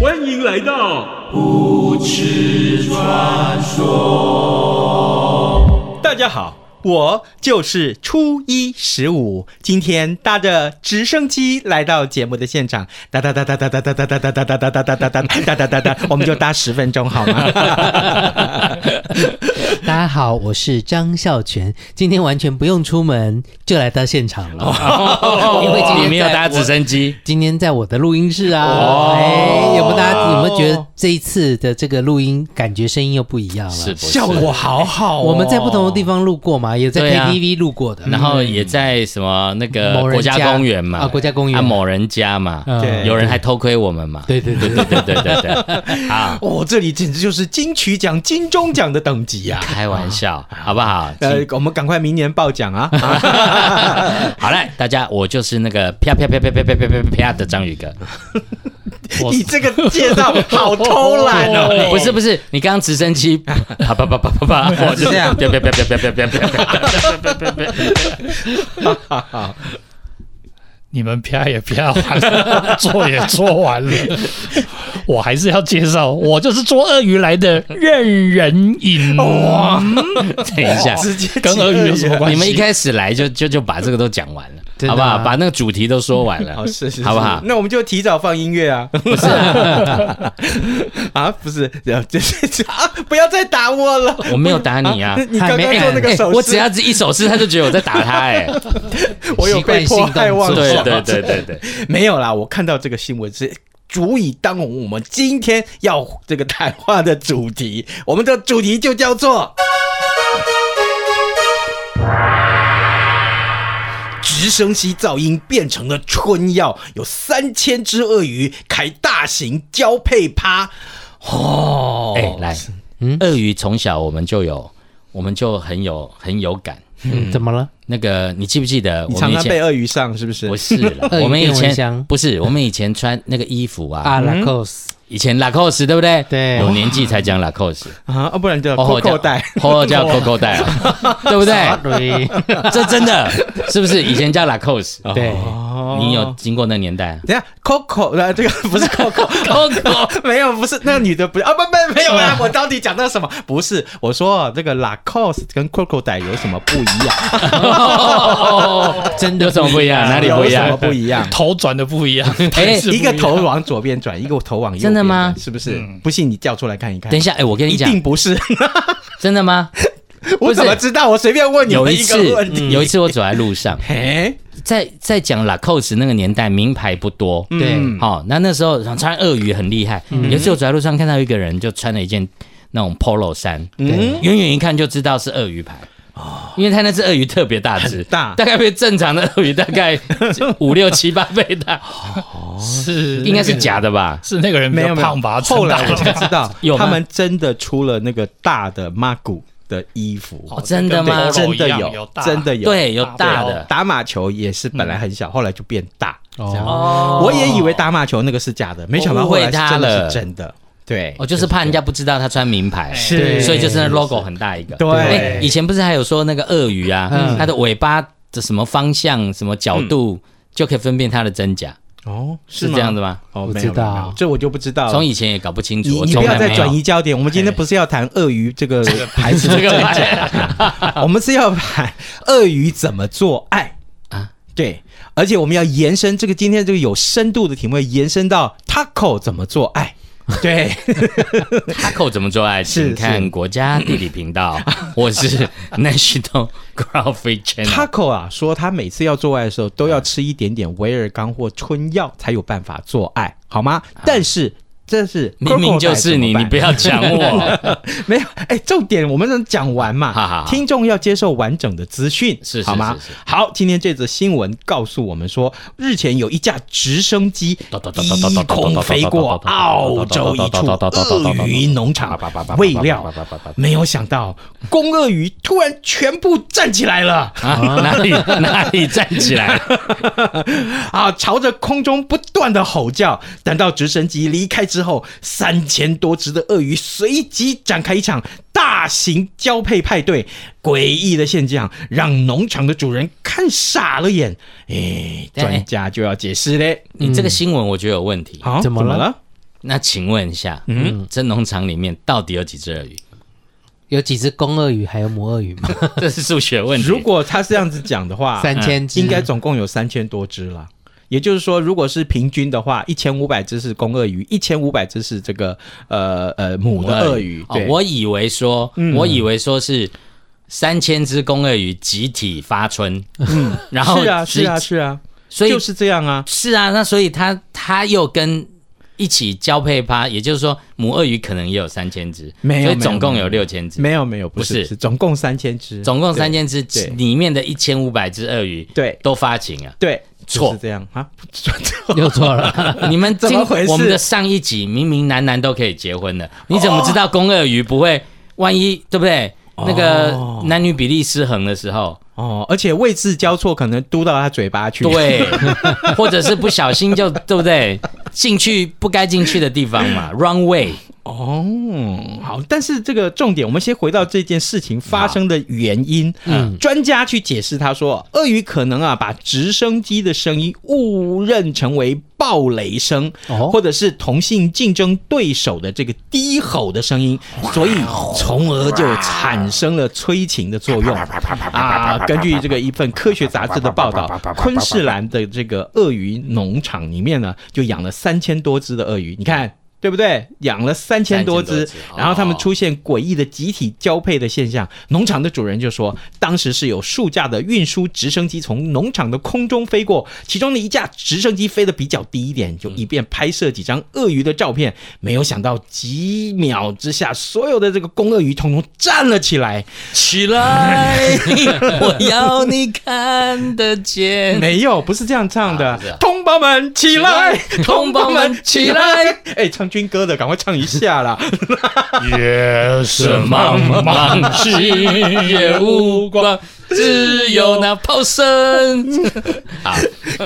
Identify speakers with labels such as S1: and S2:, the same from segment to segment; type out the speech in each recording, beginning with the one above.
S1: 欢迎来到舞池传说。大家好，我就是初一十五，今天搭着直升机来到节目的现场，哒哒哒哒哒哒哒哒哒哒哒哒哒哒哒哒哒哒哒哒，我们就搭十分钟好吗？
S2: 大家好，我是张孝全，今天完全不用出门就来到现场了， 因为今
S3: 哦你
S2: 天
S3: 没有
S2: 在
S3: 搭
S2: 我
S3: 直升机，哦
S2: 今天在我的录音室啊，哎，有没有大家有没有觉得这一次的这个录音感觉声音又不一样了？
S3: 是不是？
S1: 效果好好、哦，
S2: 我们在不同的地方录过嘛，有在
S3: 对啊
S2: KTV 录过的，
S3: 然后也在什么那个
S2: 某人
S3: 国
S2: 家
S3: 家公园嘛
S2: 啊国家公园
S3: 啊某人家嘛
S2: 嗯
S1: 对，
S3: 有人还偷窥我们嘛，
S2: 对对对对
S3: 对对对对对， 好，
S1: 哦，这里简直就是金曲奖、金钟奖的等级呀、啊！
S3: 开玩 笑，好不好？
S2: 哎
S1: 呃，我们赶快明年报奖啊！
S3: 好嘞，大家，我就是那个啪啪啪啪啪啪啪啪啪的章鱼哥，
S1: 你这个介绍好偷懒哦！
S3: 不是不是，你刚刚直 升机，啪啪啪啪啪啪，
S2: 哦
S3: 我就这样，啪啪啪啪啪啪啪啪
S4: 你们啪也啪完了，做也做完了， 我还是要介绍，我就是做鳄鱼来的任人影。
S3: 等一下，
S1: 直接
S4: 跟鳄鱼有什么关系？
S3: 你们一开始来就就就把这个都讲完了，
S2: 真的
S3: 好
S2: 啊哦
S3: 不好？把那个主题都说完 了
S1: 好，是是，是
S3: 好不好？
S1: 那我们就提早放音乐啊！不是啊，不是，呃就是这啊！不要再打我了！
S3: 我没有打你啊
S1: 啊，你刚刚
S3: 哎
S1: 做那个
S3: 哎
S1: 手势，
S3: 我只要这一手势，他就觉得我在打他， 哎，
S1: 我有被迫害妄
S3: 对
S1: 想，
S3: 对对对对，
S1: 没有啦！我看到这个新闻是。足以当我们今天要这个谈话的主题，我们的主题就叫做直升机噪音变成了春药，有三千只鳄鱼开大型交配趴。哦，
S3: 哎，来，鳄鱼从小我们就有，我们就很有很有感。
S2: 嗯怎么了？
S3: 那个，你记不记得
S1: 你
S3: 我们
S1: 常
S3: 以
S1: 常被
S3: 前？
S1: 鳄鱼上是不是
S3: 不？是 啦，
S2: 鳄鱼
S3: 我们以
S2: 变蚊香
S3: 前不是我们以前穿那个衣服啊，
S2: 啊拉 c o s
S3: 以前 Lacoste 对不对？
S2: 对
S3: 有年纪才讲 Lacoste，
S1: 啊，啊不然叫
S3: 哦
S1: 扣
S3: 叫
S1: 扣带。
S3: 哦叫 Coco 带 啊，对不对？
S2: 对
S3: 这真的是不是？以前叫 Lacoste，哦
S2: 对，
S3: 你有经过那年代
S1: 哦
S3: 啊
S1: 等一下，Coco 的这个不是 Coco，
S3: ？Coco
S1: 没有，不是那个女的不是啊，不不没有 啦，我到底讲到什么？不是，我说这个 Lacoste 跟 Crocodile 有什么不一样？
S3: 真的有什么不一样？哪里不
S1: 啊有
S3: 一
S1: 什么
S3: 样？
S1: 不一样？
S4: 头转的不一样，
S3: 哎
S4: 台式不
S1: 一
S4: 样嗯
S1: 个头往左边转，一个头往右边转，
S3: 真的吗
S1: 是不是？不信你叫出来看一看。
S3: 等一，下，哎，我跟你
S1: 一
S3: 讲，
S1: 定不是，
S3: 真 的吗？
S1: 我怎么知道？我随便问你
S3: 有
S1: 们
S3: 一
S1: 一个
S3: 次
S1: 问，题。
S4: 嗯
S3: 有一次我走在路上，
S1: 嘿，
S3: 在在讲 Lacoste 那个年代，名牌不多，
S2: 对
S1: 嗯
S3: 好、那那时候穿鳄鱼很厉害。有一次我走在路上看到一个人，就穿了一件那种 polo 衫，
S1: 嗯哦
S3: 远远一看就知道是鳄鱼牌。因为他那只鳄鱼特别大只，
S1: 大
S3: 大概比正常的鳄鱼大 概五六七八倍大，
S4: 是
S3: 应该是
S4: 那个
S3: 假的吧？
S4: 是那个人比
S1: 没
S4: 较
S1: 有没有
S4: 胖吧？
S1: 后来我
S4: 撑
S1: 才
S4: 大
S1: 知道
S3: 有，吗
S1: 他们真的出了那个大的 m a g 的衣服，
S3: 哦真的吗
S4: 跟 Polo
S3: 哦
S1: 真的
S4: 一样
S1: 有，
S4: 大
S1: 真的有。
S3: 对，有大
S4: 对
S3: 的，
S1: 打马球也是本来很
S4: 嗯
S1: 小，后来就变大。
S2: 哦，
S3: 哦
S1: 我也以为打马球那个是假的，没想到后来是真的是真的。对，
S3: 我哦就是怕人家不知道他穿名牌，
S4: 是
S3: 所以就是那 logo 很大一个。
S1: 对嗯
S3: 哎以前不是还有说那个鳄鱼啊，它的尾巴的什么方向、什么角度，就可以分辨它的真假，
S1: 哦，
S3: 是这样
S1: 的。
S3: 子吗？
S1: 哦，
S2: 不
S1: 没有
S2: 知道
S1: 没有没有这我就不知道了。
S3: 从以前也搞不清楚，
S1: 你
S3: 我
S1: 你
S3: 从
S1: 不要
S3: 来
S1: 再
S3: 没
S1: 转
S3: 有。
S1: 移焦点，我们今天不是要谈鳄鱼这个牌子的
S3: 这个
S1: 真
S3: 牌
S1: 假， 我们是要谈鳄鱼怎么做爱啊
S3: 啊？
S1: 对，而且我们要延伸这个今天这个有深度的题目，延伸到 taco 怎么做爱。对，
S3: Taco 怎么做爱？
S1: 是
S3: 请看国家地理 频道，我是 National Geographic Channel。
S1: Taco 啊，说他每次要做爱的时候都要
S4: 嗯
S1: 吃一点点维尔刚或春药才有办法做爱，好吗？
S4: 啊
S1: 但是这是
S3: 明明就是你，你不
S1: 要
S3: 要讲我。
S1: 没有哎，重点我们能讲完嘛？
S3: 好好好
S1: 听众要接受完整的资讯，
S3: 是是
S1: 好吗
S3: 是是？
S1: 好，今天这则新闻告诉我们说，日前有一架直升机
S4: 哒哒哒哒哒哒
S1: 低
S4: 哒
S1: 空飞过
S4: 哒哒哒哒
S1: 澳洲一处
S4: 哒哒哒哒哒哒
S1: 鳄鱼农场，未料没有想到，公鳄鱼突然全部站起来了。
S3: 啊，哪里哪里站起来？
S1: 嗯啊，朝着空中不断的吼叫。等到直升机离开之后，三千多只的鳄鱼随即展开一场大型交配派对。诡异的现象让农场的主人看傻了眼。哎，
S3: 对
S1: 专家就要解释嘞。
S3: 你这个新闻我觉得有问题。
S1: 好、
S2: 怎么
S1: 么
S2: 了
S1: 了？
S3: 那请问一下，嗯，这农场里面到底有几只鳄鱼？
S2: 有几只公鳄鱼还有母鳄鱼吗？
S3: 这是数学问题。
S1: 如果他这样子讲的话，
S2: 三千只
S1: 啊应该总共有三千多只了。也就是说，如果是平均的话，一千五百只是公鳄鱼，一千五百只是这个呃呃母的鳄鱼。
S3: 哦
S1: 对，，嗯
S3: 我以为说，我以为说是三千只公鳄鱼集体发春，嗯，然后
S1: 是啊
S3: 集
S1: 是啊，是啊，
S3: 所以
S1: 就是这样啊。
S3: 是啊，那所以它它又跟一起交配趴，也就是说母鳄鱼可能也有三千只，
S1: 没有
S3: 所以总共
S1: 没有
S3: 有六千只，
S1: 没有没有，不
S3: 不
S1: 是
S3: 是
S1: 不是，总共三千只，
S3: 总共三千只
S1: 对，
S3: 里面的一千五百只鳄鱼
S1: 对
S3: 都发情啊了。
S1: 对，
S3: 错
S1: 就是这样啊，
S2: 又错了，
S3: 你们
S1: 怎
S3: 今
S1: 么回事
S3: 我们的上一集明明男男都可以结婚的，你怎么知道公鳄鱼不会？万一对不对？那个男女比例失衡的时候，
S1: 哦，而且位置交错，可能嘟到他嘴巴去，，
S3: 对， 或者是不小心就对不对？进去不该进去的地方嘛，wrong way。
S1: 哦，好，但是这个重点，我们先回到这件事情发生的原因，嗯，专家去解释，他说，鳄鱼可能啊把直升机的声音误认成为爆雷声，
S2: 哦
S1: 或者是同性竞争对手的这个低吼的声音，所以从而就产生了催情的作用。啊，根据这个一份科学杂志的报道，昆士兰的这个鳄鱼农场里面呢，就养了三千多只的鳄鱼，你看。对不对？养了三千多只，
S3: 3000多只
S1: 然后他们出现诡异的集体交配的现象。农场的主人就说，当时是有数架的运输直升机从农场的空中飞过，其中的一架直升机飞得比较低一点，就以便拍摄几张鳄鱼的照片。没有想到几秒之下，所有的这个公鳄鱼统统站了起来，
S3: 起来， 我要你看得见。
S1: 没有，不是这样唱的
S3: 哎啊不是啊。
S1: 同胞们起来， 同
S3: 同
S1: 胞
S3: 胞
S1: 们
S3: 们
S1: 起
S3: 起
S1: 来
S3: 来！
S1: 哎，唱军歌的赶快唱一下啦！
S4: 夜色茫茫，
S3: 心也无光，只有那炮声。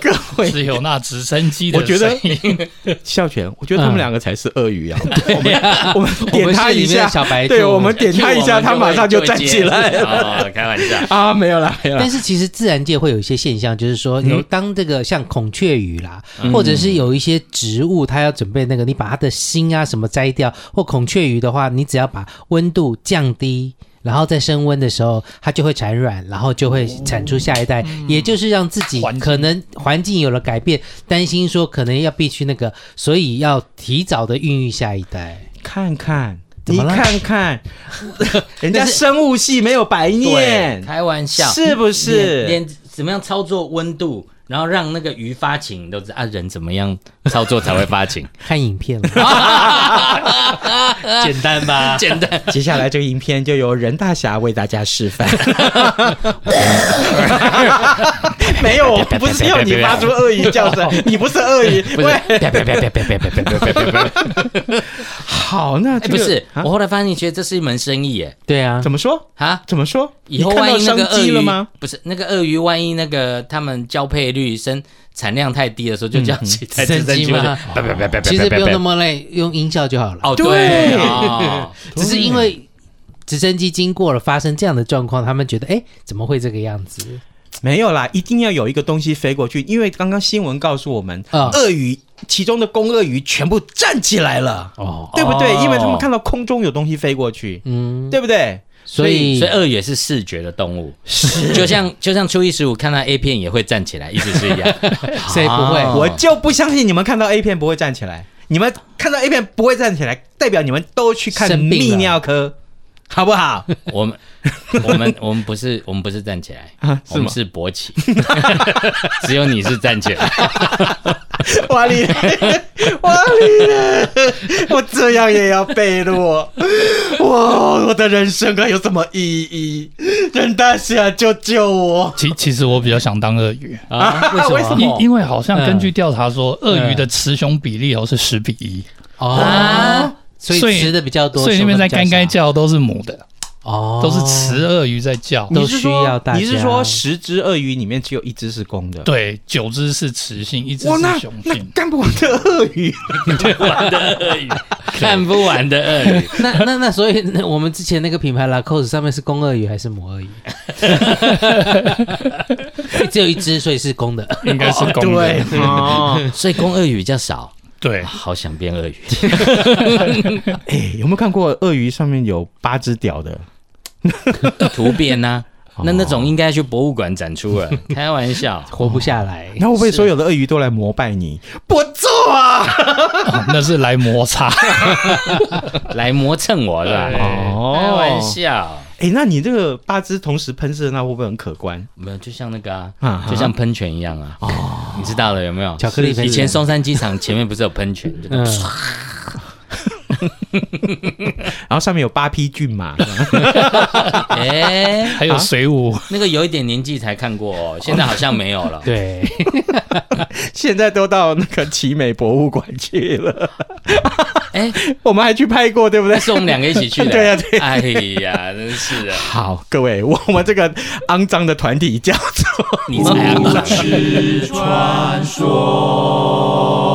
S1: 各位
S4: 只有那直升机
S1: 我
S4: 的
S1: 觉
S4: 声
S1: 得
S4: 音。
S1: 孝全，我觉得他们两个才是鳄鱼啊！我 们我们
S2: 我
S1: 点
S2: 们
S1: 他
S2: 是里
S1: 一
S2: 面
S1: 下
S2: 的，小白
S1: 对
S2: 兔
S1: 我们点他一下，他马上就站起来了
S3: 了。哦开玩 笑，
S1: 啊！没有啦， 没有啦
S2: 但。是其实自然界会有一些现象，就是说有当这个像孔雀羽啦，或者是有一些植物，它要准备那个，你把它的心啊什么摘掉，或孔雀羽的话，你只要把温度降低。然后在升温的时候，它就会产卵，然后就会产出下一代，也就是让自己
S4: 环境
S2: 可能环境有了改变，担心说可能要必须那个，所以要提早的孕育下一代。
S1: 看看，
S2: 怎
S1: 你
S2: 么了
S1: 看看，人家生物系没有白念
S3: 对，，开玩笑，
S1: 是不是
S3: 连连怎么样操作温度，然后让那个鱼发情，都知道啊，人怎么样操作才会 发情？哎
S2: 看影片了。
S3: 简单吧，简单。
S1: 接下来这个影片就由任大侠为大家示范。 没有，我不是要你发出鳄鱼叫声，你 不是鳄鱼。喂，
S3: 别别别别别别别别别别别！
S1: 好，那这
S3: 不
S1: 个
S3: 是，
S1: 啊
S3: 我后来发现，其实这是一门生意耶。
S2: 对啊
S1: 怎，么说？
S3: 啊，
S1: 怎么说？
S3: 以后
S1: 你看
S3: 万
S1: 到
S3: 一那
S1: 商
S3: 个鳄
S1: 机
S3: 鱼
S1: 了吗？？
S3: 不是那个鳄鱼，万一那个他们交配率生产量太低的时候，就叫起 来直升机
S2: 嘛
S3: 嘛。
S2: 其实不用那么累，用音效就好了。
S3: 哦，
S1: 对
S3: 对， 哦
S2: 只是因为直升机经过了发生这样的状况，他们觉得哎、诶怎么会这个样子？
S1: 没有啦，一定要有一个东西飞过去，因为刚刚新闻告诉我们，
S2: 嗯
S1: 鳄鱼其中的公鳄鱼全部站起来了，
S2: 哦，
S1: 对不对？
S3: 哦
S1: 因为他们看到空中有东西飞过去，
S2: 嗯，
S1: 对不对？
S2: 所以
S3: 所以鳄鱼也是视觉的动物，就像就像初一十五看到 A 片也会站起来，意思是一样。
S2: 谁不会？
S1: 啊
S3: 哦
S1: 我就不相信你们看到 A 片不会站起来。你们看到 A 片不会站起来，代表你们都去看
S2: 生病了
S1: 泌尿科，好不 好？
S3: 我们我们我们不是我们不是站起来，我们是勃起， 只有你是站起来。
S1: 哇你， 哇你，我这样也要被落，哇，我的人生啊还有什么意义？任大侠救救我！
S4: 其其实我比较想当鳄鱼，
S2: 啊？ 为什
S1: 哦
S4: 因
S2: 么？
S4: 因为好像根据调查说，鳄鱼的雌雄比例哦是十比一，
S2: 哦，所
S4: 所
S2: 以
S4: 以
S2: 吃的比较多，
S4: 所以那边在干干
S2: 叫，
S4: 叫都是母的，
S2: 哦，
S4: 都是雌鳄鱼在叫。
S2: 都需要大家
S1: 你是说十只鳄鱼里面只有一只是公的？
S4: 对，九只是雌性，一只
S1: 哇，那
S4: 是雄
S1: 那
S4: 性。
S1: 干不完的鳄鱼，
S3: 看不完的鳄鱼，
S2: 那那那，所以那我们之前那个品牌 Lacoste 上面是公鳄鱼还是母鳄鱼？哎只有一只，所以是公的。
S4: 应该是公的，
S1: 对哦，
S3: 所以公鳄鱼比较少。啊
S4: 对，
S3: 好想变鳄鱼，
S1: 哎、有没有看过鳄鱼上面有八只屌的？
S3: 突变呢、那那种应该去博物馆展出了，开玩笑。
S2: 活不下来，
S1: 那会不会所有的鳄鱼都来膜拜你？不做啊！
S4: 哦那是来摩擦。
S3: 来磨蹭我是吧？
S4: 对
S3: 哦，开玩笑，
S1: 哎、那你这个八只同时喷射，那会不会很可观？
S3: 没有，就像那个啊，
S1: 啊
S3: 就像喷泉一样啊。你知道了有没有？
S2: 巧克力喷泉
S3: 以前松山机场前面不是有喷泉？就
S2: 嗯，
S1: 然后上面有八匹骏 马，
S3: 哎，
S4: 还有水舞，
S3: 那个有一点年纪才看过哦，现在好像没 有了。
S2: 对，
S1: 现在都到那个奇美博物馆去了。
S3: 哎，
S1: 我们还去拍过，对不对
S3: 那？是我们两个一起去 的。
S1: 对呀啊对
S3: 哎呀，真是啊的，
S1: 好，各位，我们这个肮脏的
S3: 啊
S1: 团体叫做
S3: 你才肮脏。
S5: 传说。